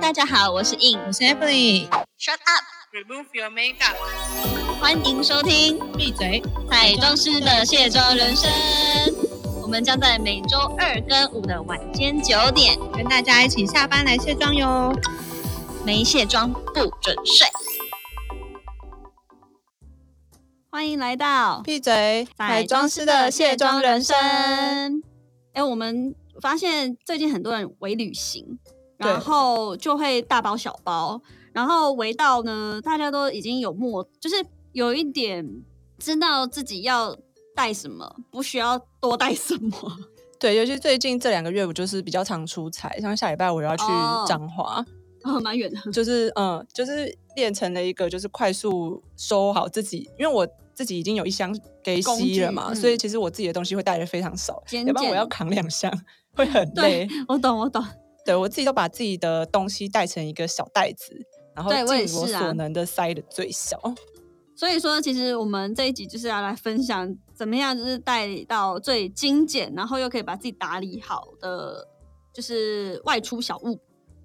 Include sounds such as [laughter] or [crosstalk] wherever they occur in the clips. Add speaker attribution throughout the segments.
Speaker 1: 大家好，我是 In，
Speaker 2: 我是 Emily，
Speaker 1: Shut up，
Speaker 2: Remove your makeup，
Speaker 1: 欢迎收听《
Speaker 2: 闭嘴。
Speaker 1: 彩妆师的卸妆人生》，我们将在每周二跟五的晚间九点，
Speaker 2: 跟大家一起下班来卸妆哟。
Speaker 1: 没卸妆不准睡。欢迎来到
Speaker 2: 闭嘴，彩妆师的卸妆人生。
Speaker 1: 哎，我们发现最近很多人微旅行，
Speaker 2: 对
Speaker 1: 然后就会大包小包，然后围到呢，大家都已经有默，就是有一点知道自己要带什么，不需要多带什么。
Speaker 3: 对，尤其最近这两个月，我就是比较常出差，像下礼拜我要去
Speaker 1: 哦
Speaker 3: 彰化，
Speaker 1: 哦，蛮远的，
Speaker 3: 就是嗯，就是练成了一个就是快速收好自己，因为我自己已经有一箱给
Speaker 1: 工具
Speaker 3: 洗了嘛，所以
Speaker 1: 嗯
Speaker 3: 其实我自己的东西会带的非常少，
Speaker 1: 简
Speaker 3: 要不然
Speaker 1: 简
Speaker 3: 我要扛两箱会很
Speaker 1: 对
Speaker 3: 累。
Speaker 1: 我懂，我懂。
Speaker 3: 对我自己都把自己的东西带成一个小袋子，然后
Speaker 1: 对我也
Speaker 3: 尽我
Speaker 1: 是啊
Speaker 3: 所能的塞的最小。
Speaker 1: 所以说，其实我们这一集就是要来分享怎么样，就是带到最精简，然后又可以把自己打理好的，就是外出小物。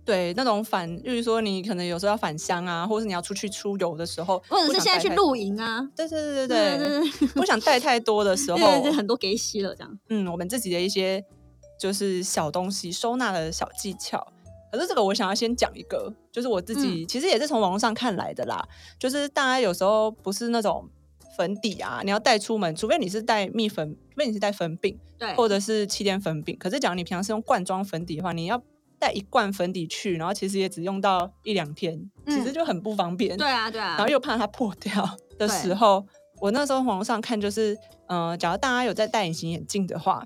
Speaker 3: 对，那种返，就是说你可能有时候要返乡啊，或者是你要出去出游的时候，
Speaker 1: 或者
Speaker 3: 不
Speaker 1: 是
Speaker 3: 想
Speaker 1: 现在
Speaker 3: 带
Speaker 1: 去
Speaker 3: 太
Speaker 1: 露营啊，
Speaker 3: 对
Speaker 1: 对
Speaker 3: 对对
Speaker 1: 对
Speaker 3: 对对，
Speaker 1: 对 [laughs] 对
Speaker 3: 不想带太多的时
Speaker 1: [laughs]
Speaker 3: 候，
Speaker 1: 对对，很多给息了这样。
Speaker 3: 嗯，我们自己的一些就是小东西收纳的小技巧。可是这个我想要先讲一个，就是我自
Speaker 1: 嗯
Speaker 3: 己、其实也是从网络上看来的啦，就是大家有时候不是那种粉底啊，你要带出门，除非你是带蜜粉，除非你是带粉饼
Speaker 1: 对，
Speaker 3: 或者是气垫粉饼。可是假如你平常是用罐装粉底的话，你要带一罐粉底去，然后其实也只用到一两天，其实
Speaker 1: 嗯
Speaker 3: 就很不方便。
Speaker 1: 对啊对啊
Speaker 3: 然后，又怕它破
Speaker 1: [laughs]
Speaker 3: 掉的时候，我那时候网络上看就是，呃，假如大家有在戴隐形眼镜的话，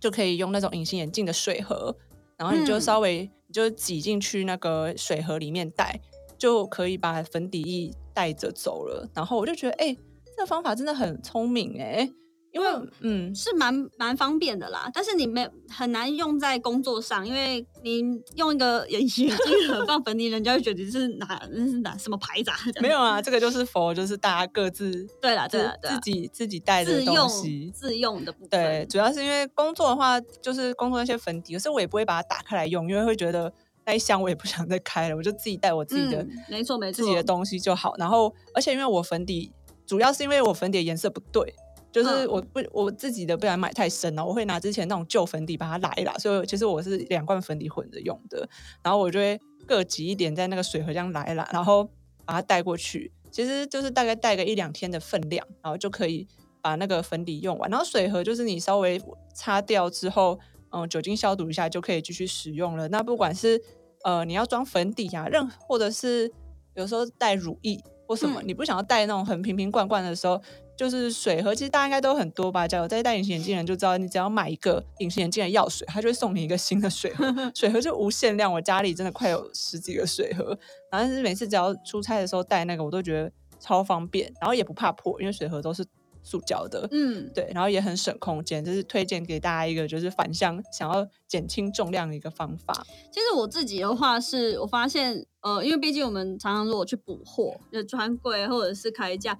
Speaker 3: 就可以用那种隐形眼镜的水盒，然后你就
Speaker 1: 嗯
Speaker 3: 稍微、你就挤进去那个水盒里面戴，就可以把粉底液带着走了。然后我就觉得，哎、这个方法真的很聪明哎、因为嗯，
Speaker 1: 是蛮蛮方便的啦，但是你没很难用在工作上，因为你用一个眼镜盒放粉底，人家会觉得你是哪那是哪什么牌子啊？这样
Speaker 3: 没有啊，这个就是佛，就是大家各自
Speaker 1: 对啦对啦
Speaker 3: 自
Speaker 1: 对啦
Speaker 3: 自，己自己带
Speaker 1: 自
Speaker 3: 的东
Speaker 1: 用
Speaker 3: 西。
Speaker 1: 自用的部分。
Speaker 3: 对，主要是因为工作的话，就是工作那些粉底，可是我也不会把它打开来用，因为会觉得那一箱我也不想再开了，我就自己带我自己的、
Speaker 1: 嗯、没错没错，
Speaker 3: 自己的东西就好。然后，而且因为我粉底，主要是因为我粉底的颜色不对，就是
Speaker 1: 嗯
Speaker 3: 我不、我自己的不然买太深了，我会拿之前那种旧粉底把它拉一拉，所以其实我是两罐粉底混着用的，然后我就会各挤一点在那个水盒这样拉一拉，然后把它带过去，其实就是大概带个一两天的分量，然后就可以把那个粉底用完。然后水盒就是你稍微擦掉之后，嗯，酒精消毒一下就可以继续使用了。那不管是呃你要装粉底啊，任或者是有时候带乳液或什么，
Speaker 1: 嗯
Speaker 3: 你不想要带那种很瓶瓶罐罐的时候，就是水盒，其实大家应该都很多吧。假如在戴隐形眼镜的人就知道，你只要买一个隐形眼镜的药水，它就会送你一个新的水盒，
Speaker 1: [laughs]
Speaker 3: 水盒就无限量。我家里真的快有十几个水盒，然后是每次只要出差的时候带那个，我都觉得超方便，然后也不怕破，因为水盒都是塑胶的。
Speaker 1: 嗯，
Speaker 3: 对，然后也很省空间，这是推荐给大家一个就是返乡想要减轻重量的一个方法。
Speaker 1: 其实我自己的话是，我发现呃，因为毕竟我们常常如果去补货，就专柜或者是开价，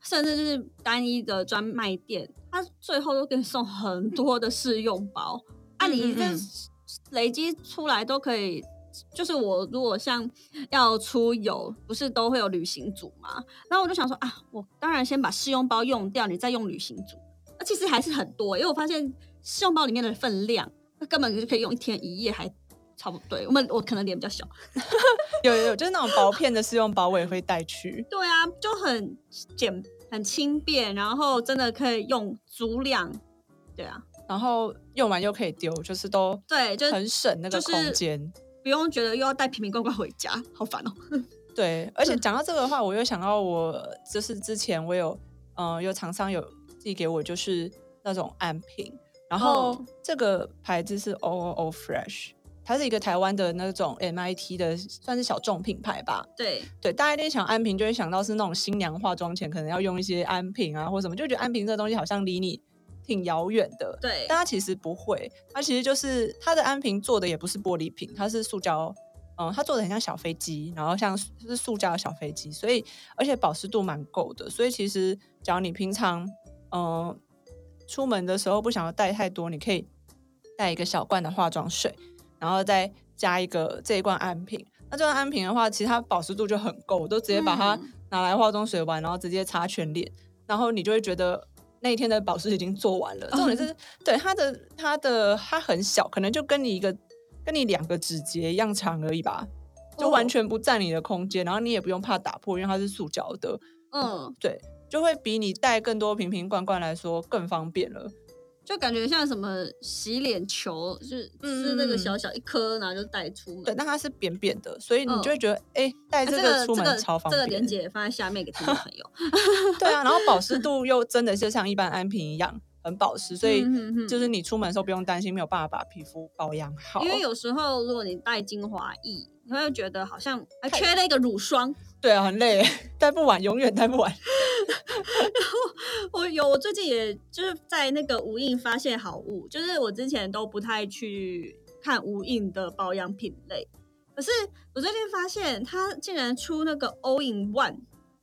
Speaker 1: 甚至就是单一的专卖店，它最后都给你送很多的试用包，啊，你
Speaker 3: 嗯嗯
Speaker 1: 这
Speaker 3: 嗯
Speaker 1: 累积出来都可以。就是我如果像要出游，不是都会有旅行组嘛？然后我就想说啊，我当然先把试用包用掉，你再用旅行组。那其实还是很多，因为我发现试用包里面的分量，那根本就可以用一天一夜还差不多。对我们我可能脸比较小，
Speaker 3: 有有有，就是那种薄片的试用包，我也会带去。
Speaker 1: 对啊，就很简很轻便，然后真的可以用足量，对啊，
Speaker 3: 然后用完又可以丢，就是都
Speaker 1: 对，就
Speaker 3: 很省那
Speaker 1: 就
Speaker 3: 个
Speaker 1: 是
Speaker 3: 空间。
Speaker 1: 不用觉得又要带瓶瓶罐罐回家，好烦哦。
Speaker 3: 对，而且讲到这个的话，我又想到我就是之前我有嗯、呃有厂商有寄给我就是那种安瓶，然后
Speaker 1: 哦
Speaker 3: 这个牌子是 O O O Fresh，它是一个台湾的那种 MIT 的算是小众品牌吧。
Speaker 1: 对，
Speaker 3: 对，大家一定想安瓶，就会想到是那种新娘化妆前可能要用一些安瓶啊，或什么，就觉得安瓶这个东西好像离你挺遥远的。
Speaker 1: 对
Speaker 3: 但它其实不会，它其实就是它的安瓶做的也不是玻璃瓶，它是塑胶，嗯，它做的很像小飞机，然后像是塑胶的小飞机，所以而且保湿度蛮够的，所以其实只要你平常嗯出门的时候不想要带太多，你可以带一个小罐的化妆水，然后再加一个这一罐安瓶。那就算安瓶的话，其实它保湿度就很够，我都直接把它
Speaker 1: 嗯
Speaker 3: 拿来化妆水玩，然后直接擦全脸，然后你就会觉得。那一天的保湿已经做完
Speaker 1: 哦
Speaker 3: 了，重点是、对它的它的它很小，可能就跟你一个跟你两个指节一样长而已吧，
Speaker 1: 哦
Speaker 3: 就完全不占你的空间，然后你也不用怕打破，因为它是塑胶的，
Speaker 1: 嗯，
Speaker 3: 对，就会比你带更多瓶瓶罐罐来说更方便了。
Speaker 1: 就感觉像什么洗脸球，就是、
Speaker 3: 嗯
Speaker 1: 是那个小小一颗，然后就带出门。
Speaker 3: 对，那它是扁扁的，所以你
Speaker 1: 嗯
Speaker 3: 就会觉得，哎、带、
Speaker 1: 哎
Speaker 3: 这
Speaker 1: 个
Speaker 3: 出
Speaker 1: 这
Speaker 3: 门
Speaker 1: 个
Speaker 3: 超方
Speaker 1: 这
Speaker 3: 便。
Speaker 1: 个连接放在下面给听众朋友。
Speaker 3: 对啊，然后保湿度又真的就像一般安瓶一样很保湿，所以
Speaker 1: 嗯哼哼
Speaker 3: 就是你出门的时候不用担心没有办法把皮肤保养 [laughs] 好。
Speaker 1: 因为有时候如果你带精华液，你会觉得好像还
Speaker 3: 太
Speaker 1: 缺了一个乳霜。
Speaker 3: 对啊，很累，带不完，永远带不完。
Speaker 1: 我有，我最近也就是在那个无印发现好物，就是我之前都不太去看无印的保养品类，可是我最近发现它竟然出那个 All in One，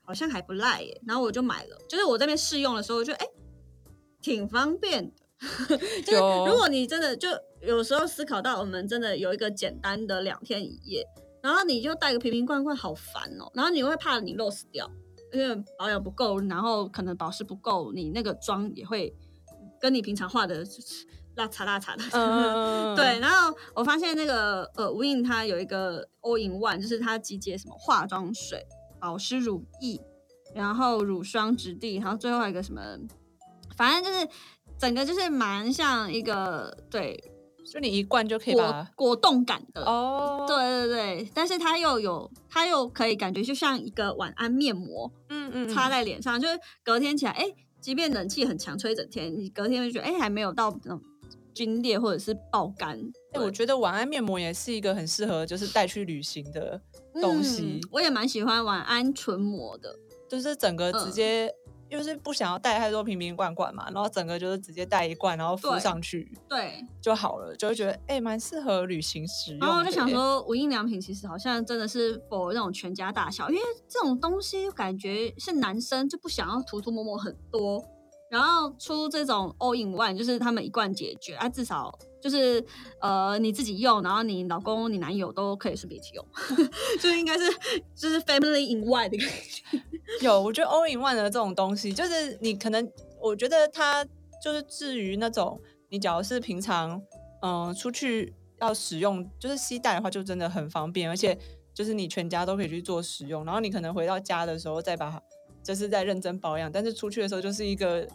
Speaker 1: 好像还不赖耶，然后我就买了，就是我这边试用的时候，我觉得哎、挺方便的。 [laughs] 就是
Speaker 3: 有
Speaker 1: 如果你真的就有时候思考到我们真的有一个简单的两天一夜，然后你就带个瓶瓶罐罐，好烦哦。然后你会怕你 lose 掉，因为保养不够，然后可能保湿不够，你那个妆也会跟你平常化的 [laughs] 拉碴拉 [laughs] 碴的。
Speaker 3: [laughs] 嗯，
Speaker 1: 对，，然后我发现那个呃无印它有一个 All in One，就是它集结什么化妆水、保湿乳液，然后乳霜、质地，然后最后还有一个什么，反正就是整个就是蛮像一个对
Speaker 3: 就你一罐就可以
Speaker 1: 果
Speaker 3: 把
Speaker 1: 果冻感的。
Speaker 3: 哦，
Speaker 1: 对对对，但是它又有，它又可以感觉就像一个晚安面膜，
Speaker 3: 嗯嗯，
Speaker 1: 擦在脸上，就是隔天起来，哎、即便冷气很强吹一整天，你隔天就觉得哎、还没有到那种皲裂或者是爆干。
Speaker 3: 哎、我觉得晚安面膜也是一个很适合就是带去旅行的东西，
Speaker 1: 嗯我也蛮喜欢晚安唇膜的。
Speaker 3: 就是整个直
Speaker 1: 嗯
Speaker 3: 接、就是不想要带太多瓶瓶罐罐嘛，然后整个就是直接带一罐，然后敷
Speaker 1: 对
Speaker 3: 上去
Speaker 1: 对，
Speaker 3: 就好了，就会觉得哎蛮适合旅行使用的
Speaker 1: 然哦后我
Speaker 3: 耶。
Speaker 1: 就想说，无印良品其实好像真的是 for 那种全家大小，因为这种东西感觉是男生就不想要涂涂抹抹很多，然后出这种 all in one，就是他们一贯解决啊，至少就是呃你自己用，然后你老公、你男友都可以顺便一起用， [laughs] 就应该是就是 family in one 的感觉。
Speaker 3: 有，我觉得 all in one 的这种东西，就是你可能我觉得它就是至于那种你只要是平常嗯、呃出去要使用，就是携带的话，就真的很方便，而且就是你全家都可以去做使用，然后你可能回到家的时候再把它就是在认真保养，但是出去的时候就是一个。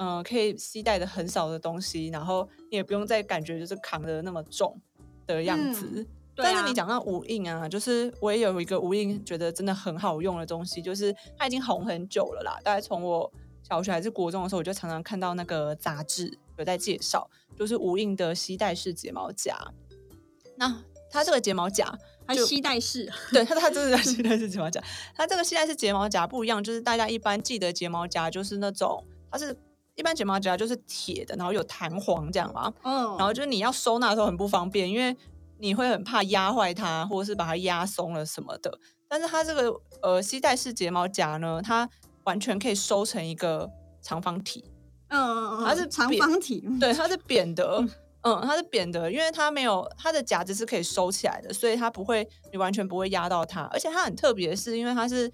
Speaker 3: 嗯，可以携带的很少的东西，然后你也不用再感觉就是扛的那么重的样
Speaker 1: 嗯
Speaker 3: 子。
Speaker 1: 对
Speaker 3: 但
Speaker 1: 啊
Speaker 3: 是你讲到无印啊，就是我也有一个无印觉得真的很好用的东西，就是它已经红很久了啦。大概从我小学还是国中的时候，我就常常看到那个杂志有在介绍，就是无印的吸带式睫毛夹。那它这个睫毛夹，
Speaker 1: 还
Speaker 3: 就
Speaker 1: 吸带式，
Speaker 3: 对它它真的是吸带式睫毛夹，它这个吸带式睫毛夹不一样，就是大家一般记得睫毛夹就是那种它是。一般睫毛夹就是铁的，然后有弹簧这样嘛。
Speaker 1: 哦
Speaker 3: 然后就是你要收纳的时候很不方便，因为你会很怕压坏它，或者是把它压松了什么的。但是它这个呃吸带式睫毛夹呢，它完全可以收成一个长方体，
Speaker 1: 嗯嗯嗯，
Speaker 3: 它是
Speaker 1: 长
Speaker 3: 扁
Speaker 1: 方体，
Speaker 3: 对，它是扁的，嗯，它是扁的，因为它没有它的夹子是可以收起来的，所以它不会，你完全不会压到它。而且它很特别，是因为它是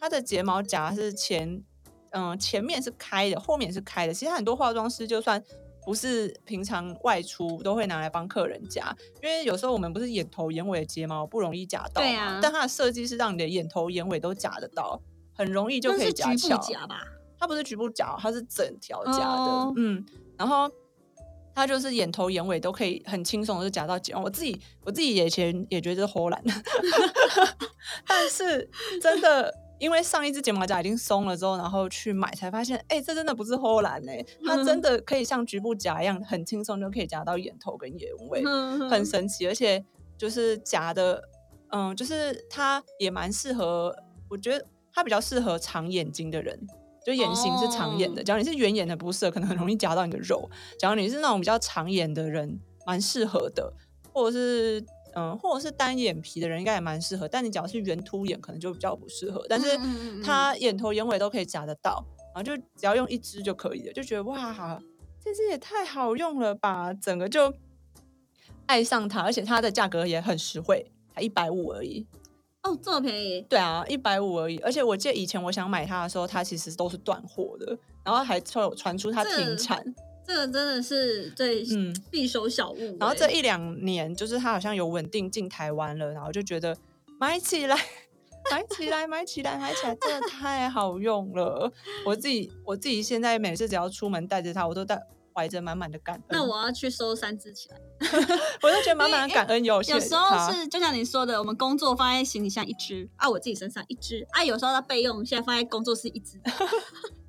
Speaker 3: 它的睫毛夹是前，嗯、前面是开的，后面也是开的。其实很多化妆师就算不是平常外出，都会拿来帮客人夹，因为有时候我们不是眼头眼尾的睫毛不容易夹到嘛，
Speaker 1: 对啊
Speaker 3: 但它的设计是让你的眼头眼尾都夹得到，很容易就
Speaker 1: 那
Speaker 3: 可
Speaker 1: 是
Speaker 3: 以
Speaker 1: 局
Speaker 3: 夹
Speaker 1: 部
Speaker 3: 翘。
Speaker 1: 夹吧？
Speaker 3: 它不是局部夹，它是整条夹的，
Speaker 1: 哦
Speaker 3: 嗯，然后它就是眼头眼尾都可以很轻松地就夹到睫毛。我自己我自己以前也觉得是偷懒， [laughs] 但是真的。因为上一支睫毛夹已经松了之后，然后去买才发现，哎、这真的不是偷懒哎，它真的可以像局部夹一样，很轻松就可以夹到眼头跟眼尾。
Speaker 1: 嗯
Speaker 3: 很
Speaker 1: 很
Speaker 3: 神奇，而且就是夹的，嗯，就是它也蛮适合，我觉得它比较适合长眼睛的人，就眼型是长眼的。
Speaker 1: 哦
Speaker 3: 假如你是圆眼的，不适合，可能很容易夹到你的肉；假如你是那种比较长眼的人，蛮适合的，或者是。嗯，或者是单眼皮的人应该也蛮适合，但你只要是圆凸眼，可能就比较不适合。但是
Speaker 1: 嗯嗯嗯嗯
Speaker 3: 它眼头眼尾都可以夹得到，然后就只要用一支就可以了，就觉得哇，这支也太好用了吧，整个就爱上它，而且它的价格也很实惠，才一百五而已。
Speaker 1: 哦，这么便宜，
Speaker 3: 对啊，一百五而已。而且我记得以前我想买它的时候，它其实都是断货的，然后还传传出它停产。
Speaker 1: 这个真的是最
Speaker 3: 嗯
Speaker 1: 必手小物欸、
Speaker 3: 然后这一两年，就是它好像有稳定进台湾了，然后就觉得买起来，买起来，买起来，买起来，真的太好用了。我自己，我自己现在每次只要出门带着它，我都带怀着满满的感恩。
Speaker 1: 那我要去收三只起来。
Speaker 3: 我就觉得满满的感恩有
Speaker 1: 有
Speaker 3: 限。
Speaker 1: 时候
Speaker 3: 它
Speaker 1: 是就像你说的，我们工作放在行李箱一只，啊，我自己身上一只，啊，有时候它备用，现在放在工作室一
Speaker 3: [laughs]
Speaker 1: 只，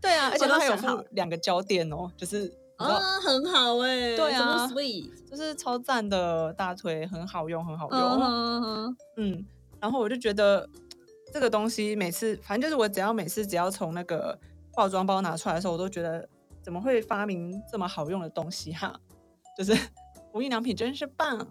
Speaker 3: 对啊，而且
Speaker 1: 我都
Speaker 3: 它还有
Speaker 1: 想好
Speaker 3: 附两个焦点哦，就是你知道
Speaker 1: 啊，很好哎、
Speaker 3: 对啊
Speaker 1: 怎么 sweet，
Speaker 3: 就是超赞的大腿，很好用，很好用。
Speaker 1: 嗯哼哼
Speaker 3: 嗯，然后我就觉得这个东西每次，反正就是我只要每次只要从那个化妆包拿出来的时候，我都觉得怎么会发明这么好用的东西哈？就是 [laughs] 无印良品真是棒。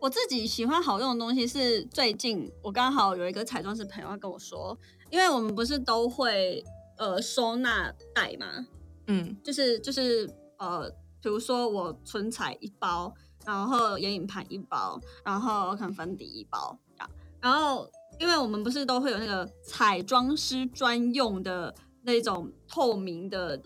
Speaker 1: 我自己喜欢好用的东西是最近我刚好有一个彩妆师朋友他跟我说，因为我们不是都会呃收纳袋嘛，
Speaker 3: 嗯，
Speaker 1: 就是就是呃，比如说我唇彩一包，然后眼影盘一包，然后可能粉底一包这样。然后因为我们不是都会有那个彩妆师专用的那种透明的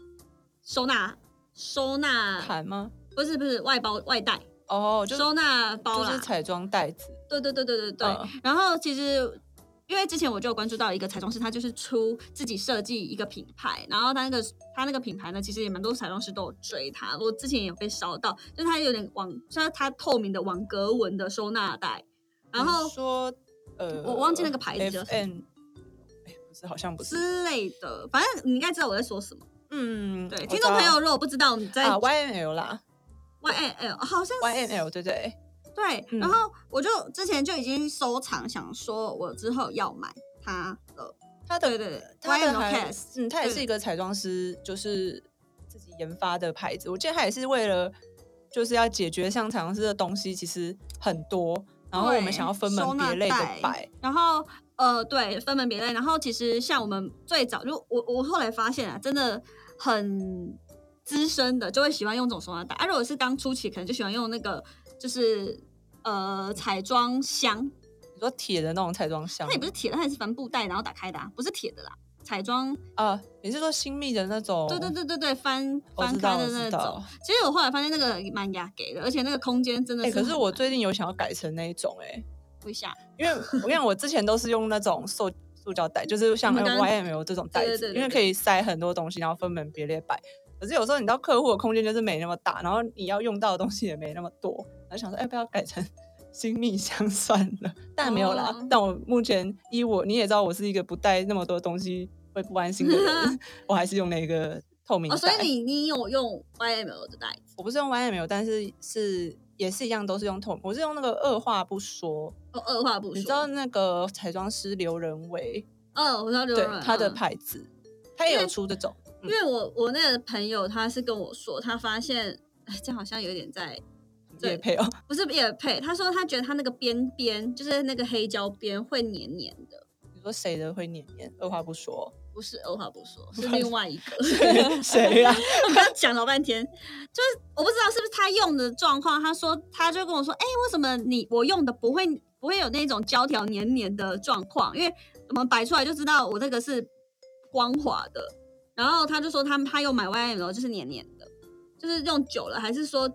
Speaker 1: 收纳收纳，
Speaker 3: 盘吗？
Speaker 1: 不是不是外包外袋
Speaker 3: 哦，就
Speaker 1: 啊收纳包
Speaker 3: 就
Speaker 1: 啦
Speaker 3: 是，彩妆袋子。
Speaker 1: 对对对对对对。
Speaker 3: 嗯
Speaker 1: 然后其实。因为之前我就有关注到一个彩妆师，他就是出自己设计一个品牌，然后他那个他那个品牌呢，其实也蛮多彩妆师都有追他。我之前也被烧到，就是他有点网，像他透明的网格纹的收纳袋，然后
Speaker 3: 你说呃，
Speaker 1: 我忘记那个牌子叫什
Speaker 3: FN，哎，不是，好像不是。
Speaker 1: 之类的，反正你应该知道我在说什么。
Speaker 3: 嗯，
Speaker 1: 对，
Speaker 3: 我
Speaker 1: 听
Speaker 3: 知
Speaker 1: 众朋
Speaker 3: 道
Speaker 1: 友如果不知道，你在
Speaker 3: 啊，YML 啦
Speaker 1: Y N L 哦好像是
Speaker 3: ，YML 对不对？
Speaker 1: 对，
Speaker 3: 嗯
Speaker 1: 然后我就之前就已经收藏，想说我之后要买它的。
Speaker 3: 它的
Speaker 1: 对对对
Speaker 3: 它的
Speaker 1: YML
Speaker 3: 还
Speaker 1: Cast
Speaker 3: 嗯，它也是
Speaker 1: 嗯
Speaker 3: 一个彩妆师，就是自己研发的牌子。我记得它也是为了就是要解决像彩妆师的东西其实很多，然后我们
Speaker 1: 对
Speaker 3: 想要分
Speaker 1: 收
Speaker 3: 门
Speaker 1: 纳
Speaker 3: 别类的
Speaker 1: 袋
Speaker 3: 摆。
Speaker 1: 然后呃，对，分门别类。然后其实像我们最早就我我后来发现啊，真的很资深的就会喜欢用这种收纳袋。啊，如果是刚初期，可能就喜欢用那个就是呃彩妆箱，
Speaker 3: 你说铁的那种彩妆箱
Speaker 1: 那也不是铁的，它也是帆布袋，然后打开的、啊，不是铁的啦。彩妆，
Speaker 3: 啊？你是说新密的那种？
Speaker 1: 对对对对对，翻
Speaker 3: 我
Speaker 1: 翻
Speaker 3: 哦知道
Speaker 1: 开的
Speaker 3: 我
Speaker 1: 那种
Speaker 3: 知道。
Speaker 1: 其实我后来发现那个蛮雅给的，而且那个空间真的
Speaker 3: 哎、
Speaker 1: 是很
Speaker 3: 可
Speaker 1: 难。
Speaker 3: 是我最近有想要改成那一种哎、
Speaker 1: 不一下，
Speaker 3: 因为我跟你讲，我之前都是用那种塑塑胶袋，就是像
Speaker 1: 我们刚刚
Speaker 3: YML 这种袋
Speaker 1: 嗯对对
Speaker 3: 子，
Speaker 1: 对对
Speaker 3: 因为可以塞很多东西，然后分门别类摆。可是有时候你到客户的空间就是没那么大，然后你要用到的东西也没那么多，然后想说，哎、不要改成 [laughs] 新密箱算了。但没有啦，
Speaker 1: 哦
Speaker 3: 但我目前依我你也知道，我是一个不带那么多东西会不安心
Speaker 1: [laughs]
Speaker 3: 的人，我还是用那个透明袋。
Speaker 1: 哦，所以你你有用 YML 的袋子，
Speaker 3: 我不是用 YML，但是是也是一样，都是用透明，我是用那个二话不说。
Speaker 1: 哦，二话不说，
Speaker 3: 你知道那个彩妆师刘仁伟，
Speaker 1: 嗯，我知道刘
Speaker 3: 对
Speaker 1: 若，
Speaker 3: 它的
Speaker 1: 嗯
Speaker 3: 牌子，它也
Speaker 1: 因
Speaker 3: 有
Speaker 1: 为
Speaker 3: 出这种。 [laughs]
Speaker 1: 因为我我那个朋友他是跟我说，他发现哎，这样好像有点在对
Speaker 3: 也配哦， [laughs]
Speaker 1: 不是也配，他说他觉得他那个边边就是那个黑胶边会黏黏的，
Speaker 3: 你说谁的会黏黏？二话
Speaker 1: [laughs]
Speaker 3: 不说，
Speaker 1: 不是二话不
Speaker 3: [laughs]
Speaker 1: 说，是另外一个。
Speaker 3: 谁 [laughs] 呀、
Speaker 1: [laughs] 我刚讲老半天，就是我不知道是不是他用的状况。他说他就跟我说，哎、为什么你我用的不会不会有那种胶条黏黏的状况？因为我们摆出来就知道我这个是光滑的。然后他就说他他又买 YML 就是黏黏的，就是用久了还是说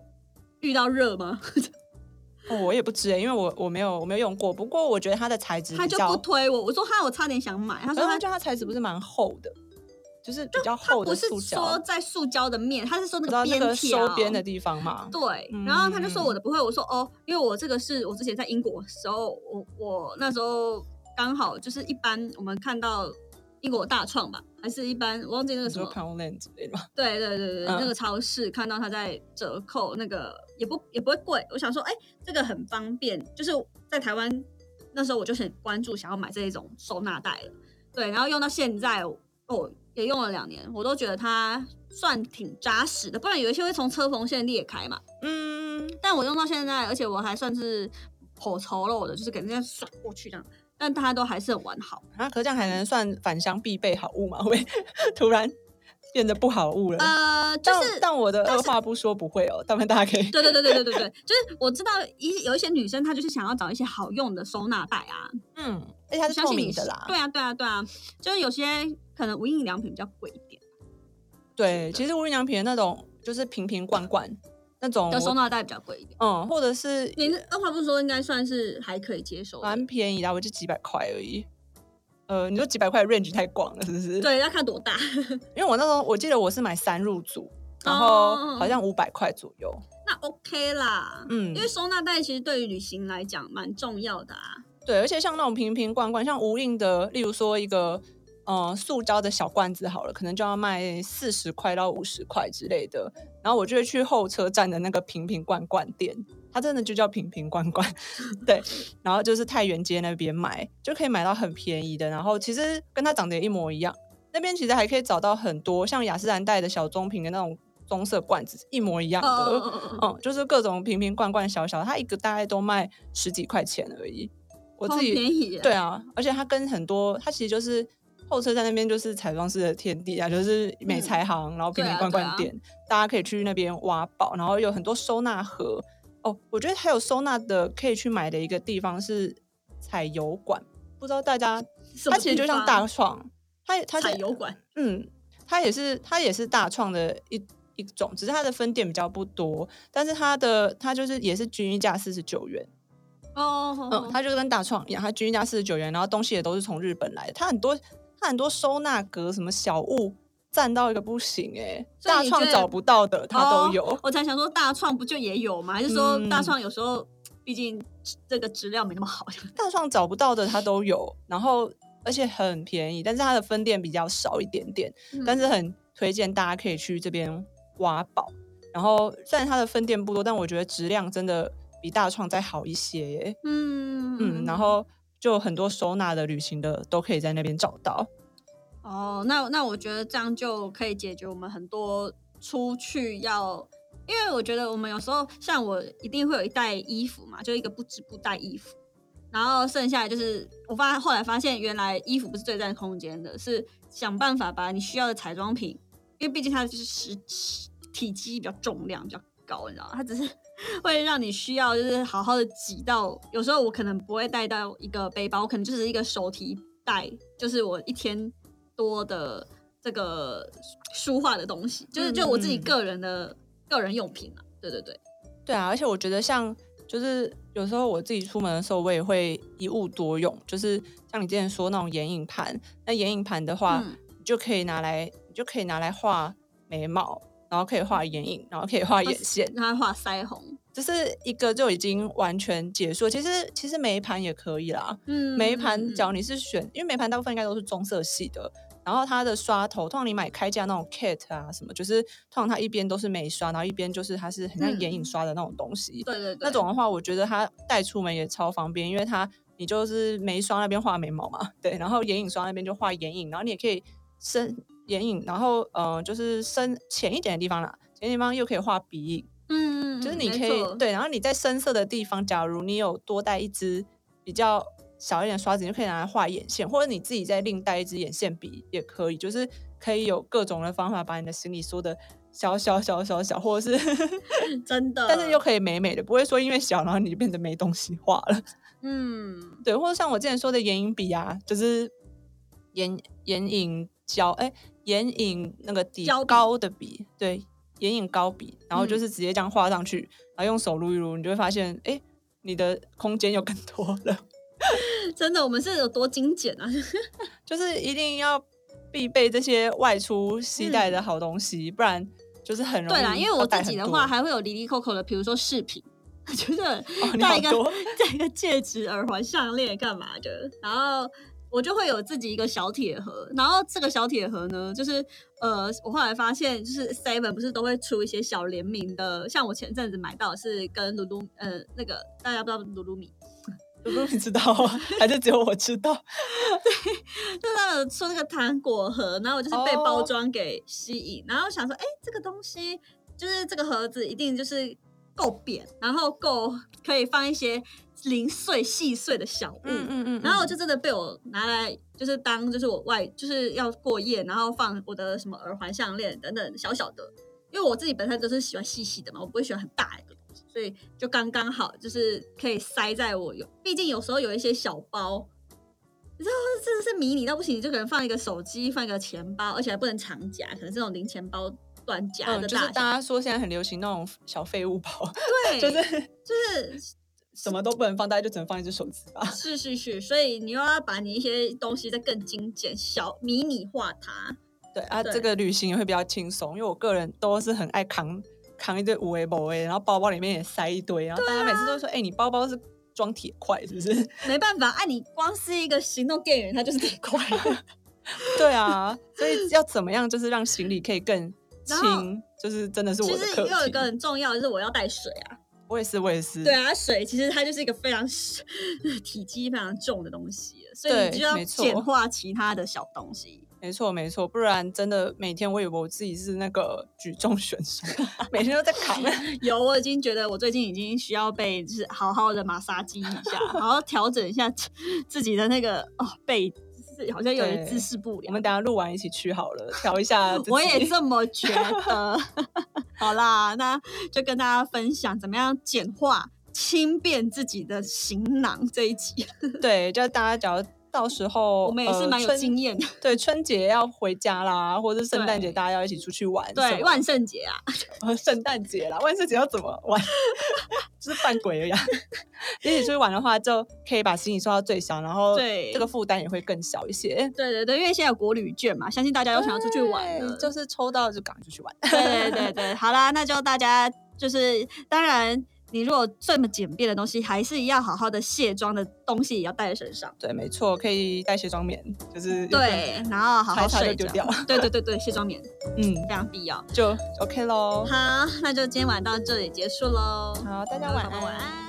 Speaker 1: 遇到热吗？
Speaker 3: 哦我也不知哎，因为我我没有我没有用过。不过我觉得它的材质
Speaker 1: 他
Speaker 3: 比
Speaker 1: 就
Speaker 3: 较，
Speaker 1: 不推我，我说哈，我差点想买，他
Speaker 3: 可
Speaker 1: 说
Speaker 3: 是
Speaker 1: 他
Speaker 3: 我觉得它材质不是蛮厚的，就是比较
Speaker 1: 他
Speaker 3: 嗯厚
Speaker 1: 不
Speaker 3: 的
Speaker 1: 是
Speaker 3: 塑
Speaker 1: 说
Speaker 3: 胶，啊
Speaker 1: 在塑胶的面，他是说那
Speaker 3: 知道
Speaker 1: 个
Speaker 3: 那
Speaker 1: 边
Speaker 3: 个
Speaker 1: 条
Speaker 3: 收边的地方嘛。
Speaker 1: 对，然后他就说
Speaker 3: 嗯
Speaker 1: 我的不会，我说哦，因为我这个是我之前在英国的时候，我我那时候刚好就是一般我们看到英国大创吧，还是一般我忘记那个
Speaker 3: 你
Speaker 1: 什
Speaker 3: 说
Speaker 1: 么，
Speaker 3: Poundland 之类的吗？
Speaker 1: 对对对对，对
Speaker 3: 嗯
Speaker 1: 那个超市看到它在折扣，那个也不也不会贵，我想说哎，这个很方便，就是在台湾那时候我就很关注想要买这一种收纳袋了，对，然后用到现在哦也用了两年，我都觉得它算挺扎实的，不然有一些会从车缝线裂开嘛。
Speaker 3: 嗯，
Speaker 1: 但我用到现在，而且我还算是口稠肉的，就是给人家甩过去这样，但它都还是很完好。
Speaker 3: [laughs] 啊，可是这样还能算返乡必备好物吗？会突然变得不好悟了。
Speaker 1: 呃，就是
Speaker 3: 但但我的二话不说不会哦，但大家可以
Speaker 1: 对对对对对对对，就是我知道一有一些女生她就是想要找一些好用的收纳袋啊，
Speaker 3: 嗯，而且它
Speaker 1: 我
Speaker 3: 是
Speaker 1: 相
Speaker 3: 透
Speaker 1: 信
Speaker 3: 明
Speaker 1: 你
Speaker 3: 的
Speaker 1: 是
Speaker 3: 啦。
Speaker 1: 对啊对啊对啊，就是有些可能无印良品比较贵一点
Speaker 3: 对，其实无印良品的那种就是瓶瓶罐罐那种
Speaker 1: 的收
Speaker 3: 哦我，
Speaker 1: 纳袋比较贵一点。
Speaker 3: 嗯，或者是
Speaker 1: 你那二话不说，应该算是还可以接受的。
Speaker 3: 蛮便宜的啊，我就几百块而已。呃，你说几百块的 range 太广了，是不是？，
Speaker 1: 对，要看多大。 [laughs]
Speaker 3: 因为我那时候我记得我是买三入组，然
Speaker 1: 哦
Speaker 3: 后好像五百块左右。
Speaker 1: 那 OK 啦，
Speaker 3: 嗯
Speaker 1: 因为收纳袋其实对于旅行来讲蛮重要的啊。
Speaker 3: 对，而且像那种瓶瓶罐罐，像无印的，例如说一个呃塑胶的小罐子好了，可能就要卖四十块到五十块之类的。然后我就会去候车站的那个瓶瓶罐罐店，它真的就叫瓶瓶罐罐， [laughs] 对。然后就是太原街那边买，就可以买到很便宜的，然后其实跟它长得也一模一样。那边其实还可以找到很多像雅诗兰黛的小棕瓶的那种棕色罐子，一模一样的。
Speaker 1: 嗯嗯嗯嗯
Speaker 3: 嗯，就是各种瓶瓶罐罐小小，它一个大概都卖十几块钱而已。我
Speaker 1: 好
Speaker 3: 自己
Speaker 1: 便宜哦耶。
Speaker 3: 对啊，而且它跟很多，它其实就是后车站那边就是彩妆师的天地啊，就是
Speaker 1: 嗯
Speaker 3: 美彩行，然后瓶
Speaker 1: 对
Speaker 3: 瓶
Speaker 1: 啊
Speaker 3: 罐
Speaker 1: 对
Speaker 3: 罐
Speaker 1: 啊
Speaker 3: 店，大家可以去那边挖宝，然后有很多收纳盒。哦，我觉得还有收纳的可以去买的一个地方是采油管，不知道大家
Speaker 1: 什么地方，
Speaker 3: 它其实就像大创，它它是
Speaker 1: 采油管，
Speaker 3: 嗯，它也是它也是大创的一一种，只是它的分店比较不多，但是它的它就是也是均一价四十九元，
Speaker 1: 哦，
Speaker 3: 嗯，它就跟大创一样，它均一价四十九元，然后东西也都是从日本来的，它很多它很多收纳格什么小物。占到一个不行哎、
Speaker 1: 所以
Speaker 3: 大
Speaker 1: 你
Speaker 3: 创
Speaker 1: 觉得
Speaker 3: 找不到的它都有，
Speaker 1: 哦我才想说大创不就也有吗？还是说
Speaker 3: 嗯
Speaker 1: 大创有时候毕竟这个质量没那么好？
Speaker 3: 大创找不到的它都有，然后而且很便宜，但是它的分店比较少一点点，
Speaker 1: 嗯 [laughs]
Speaker 3: 但是很推荐大家可以去这边挖宝。然后虽然它的分店不多，但我觉得质量真的比大创再好一些耶。
Speaker 1: 嗯
Speaker 3: 嗯，然后就很多收纳的、旅行的都可以在那边找到。
Speaker 1: 哦，那那我觉得这样就可以解决我们很多出去要。因为我觉得我们有时候像我一定会有一袋衣服嘛，就一个不织布袋衣服，然后剩下的就是我发后来发现原来衣服不是最占空间的，是想办法把你需要的彩妆品，因为毕竟它就是实实体积比较重量比较高，你知道吗，它只是会让你需要就是好好的挤到，有时候我可能不会带到一个背包，我可能就是一个手提袋，就是我一天多的这个书画的东西，就是就我自己
Speaker 3: 嗯嗯嗯
Speaker 1: 个人的、个人用品啊，对对对。
Speaker 3: 对啊，而且我觉得像就是有时候我自己出门的时候，我也会一物多用，就是像你之前说那种眼影盘，那眼影盘的话，
Speaker 1: 嗯
Speaker 3: 你就可以拿来，你就可以拿来画眉毛，然后可以画眼影，然后可以画眼线，
Speaker 1: 让他画腮红，
Speaker 3: 这是一个就已经完全结束了。其实其实眉盘也可以啦，
Speaker 1: 嗯
Speaker 3: 眉盘只要
Speaker 1: 脚，
Speaker 3: 你是选，因为眉盘大部分应该都是棕色系的，然后它的刷头，通常你买开价那种 Kate 啊什么，就是通常它一边都是眉刷，然后一边就是它是很像眼影刷的那种东西。
Speaker 1: 嗯对对对，
Speaker 3: 那种的话，我觉得它带出门也超方便，因为它你就是眉刷那边画眉毛嘛，对，然后眼影刷那边就画眼影，然后你也可以深眼影，然后呃就是深浅一点的地方啦，浅一点地方又可以画鼻影，
Speaker 1: 嗯，嗯，
Speaker 3: 就是你
Speaker 1: 没
Speaker 3: 可
Speaker 1: 错
Speaker 3: 以，对，然后你在深色的地方，假如你有多带一支比较小一点的刷子，你就可以拿来画眼线，或者你自己再另带一支眼线笔也可以，就是可以有各种的方法把你的行李缩的小小小小小，或者是， [laughs]
Speaker 1: 真的，
Speaker 3: 但是又可以美美的，不会说因为小然后你就变得没东西画了。
Speaker 1: 嗯，
Speaker 3: 对，或者像我之前说的眼影笔啊，就是眼眼影胶，哎、眼影那个底
Speaker 1: 胶笔
Speaker 3: 膏的笔，对，眼影膏笔，然后就
Speaker 1: 嗯
Speaker 3: 是直接这样画上去，然后用手撸一撸，你就会发现，哎、你的空间又更多了。 [laughs]
Speaker 1: 真的，我们是有多精简啊，
Speaker 3: 就是一定要必备这些外出携带的好东西，不然就是很容易
Speaker 1: 嗯对啦，因为
Speaker 3: 要
Speaker 1: 我
Speaker 3: 带
Speaker 1: 自己的
Speaker 3: 很多
Speaker 1: 话还会有离离扣扣的，比如说饰品， [laughs] 就是
Speaker 3: 哦你
Speaker 1: 带
Speaker 3: 好
Speaker 1: 一个 [laughs]
Speaker 3: 多
Speaker 1: 带一个戒指、耳环、项链干嘛的，然后我就会有自己一个小铁盒，然后这个小铁盒呢，就是呃，我后来发现就是 Seven 不是都会出一些小联名的，像我前阵子买到的是跟露露呃那个大家不知道露露米。
Speaker 3: 我不知道啊， [laughs] 还是只有我知道。
Speaker 1: 就是他有出那个糖果盒，然后我就是被
Speaker 3: 哦
Speaker 1: 包装给吸引然后想说，哎、这个东西就是这个盒子一定就是够扁，然后够可以放一些零碎细碎的小物。
Speaker 3: 嗯嗯嗯，
Speaker 1: 然后就真的被我拿来，就是当就是我外就是要过夜，然后放我的什么耳环、项链等等小小的，因为我自己本身就是喜欢细细的嘛，我不会喜欢很大的东西，所以就刚刚好，就是可以塞在我有，毕竟有时候有一些小包，你知道真的是迷你到不行，你就可能放一个手机，放一个钱包，而且还不能长夹，可能是那种零钱包短夹
Speaker 3: 嗯，
Speaker 1: 的
Speaker 3: 就是
Speaker 1: 大小，
Speaker 3: 大家说现在很流行那种小废物包，
Speaker 1: 对，
Speaker 3: 就是
Speaker 1: 就是
Speaker 3: 什么都不能放，大家就只能放一只手机吧。
Speaker 1: 是是是，所以你又要把你一些东西再更精简、小迷你化它。
Speaker 3: [laughs] 对啊，
Speaker 1: 对
Speaker 3: 这个旅行也会比较轻松，因为我个人都是很爱扛扛一堆五 A 包 A，然后包包里面也塞一堆，然后大家每次都说，哎、你包包是装铁块是不 [laughs] 是？
Speaker 1: 没办法，啊，你光是一个行动电源，它就是得快。
Speaker 3: [laughs] 对啊，所以要怎么样就是让行李可以更
Speaker 1: 然后
Speaker 3: 轻，就是真的是我
Speaker 1: 其
Speaker 3: 的
Speaker 1: 实
Speaker 3: 课
Speaker 1: 又有一个
Speaker 3: 题。嗯
Speaker 1: 很重要，就是我要带水啊。
Speaker 3: 我也是，我也是。
Speaker 1: 对啊，水其实它就是一个非常 [laughs] 体积非常重的东西了，所以
Speaker 3: 对
Speaker 1: 你就要
Speaker 3: 没错
Speaker 1: 简化其他的小东西。
Speaker 3: 没错没错，不然真的每天我以为我自己是那个举重选手， [laughs] 每天都在 [laughs] 扛。
Speaker 1: 有，我已经觉得我最近已经需要被就是好好的马杀鸡一下，好好调整一下自自己的那个哦背，就是好像有点
Speaker 3: 对
Speaker 1: 姿势不
Speaker 3: 我
Speaker 1: 良。
Speaker 3: 们等一下录完一起去好了，调一下自己。
Speaker 1: 我也这么觉
Speaker 3: [laughs]
Speaker 1: 得。好啦，那就跟大家分享怎么样简化、轻便自己的行囊这一集，
Speaker 3: 哦对，就大家只要到时候
Speaker 1: 我们也是蛮有经
Speaker 3: 验。
Speaker 1: 验的。
Speaker 3: 对，春节要回家啦，或者是圣诞节
Speaker 1: 对
Speaker 3: 大家要一起出去玩。
Speaker 1: 对，万圣节啊，
Speaker 3: 万呃圣诞节啦，万圣节要怎么玩？ [laughs] 就是扮鬼而已、啊。 [laughs] 一起出去玩的话，就可以把行李收到最小，然后
Speaker 1: 对
Speaker 3: 这个负担也会更小一些。
Speaker 1: 对对对，因为现在有国旅券嘛，相信大家都想要出去玩了
Speaker 3: 对。就是抽到就赶快出去玩。 [laughs]
Speaker 1: 对对对对，好啦，那就大家就是，当然，你如果这么简便的东西，还是要好好的卸妆的东西也要带在身上，
Speaker 3: 对，没错，可以带卸妆棉，就是有
Speaker 1: 对，然后好
Speaker 3: 擦
Speaker 1: 好
Speaker 3: 一擦
Speaker 1: 睡
Speaker 3: 就
Speaker 1: 着
Speaker 3: 丢掉，
Speaker 1: 对对对对，卸妆棉
Speaker 3: [laughs] 嗯，
Speaker 1: 非常必要。
Speaker 3: 就 OK 喽。
Speaker 1: 好，那就今天晚上到这里结束喽，
Speaker 3: 好，大
Speaker 1: 各
Speaker 3: 家
Speaker 1: 位
Speaker 3: 晚
Speaker 1: 宝宝晚
Speaker 3: 安。
Speaker 1: 安。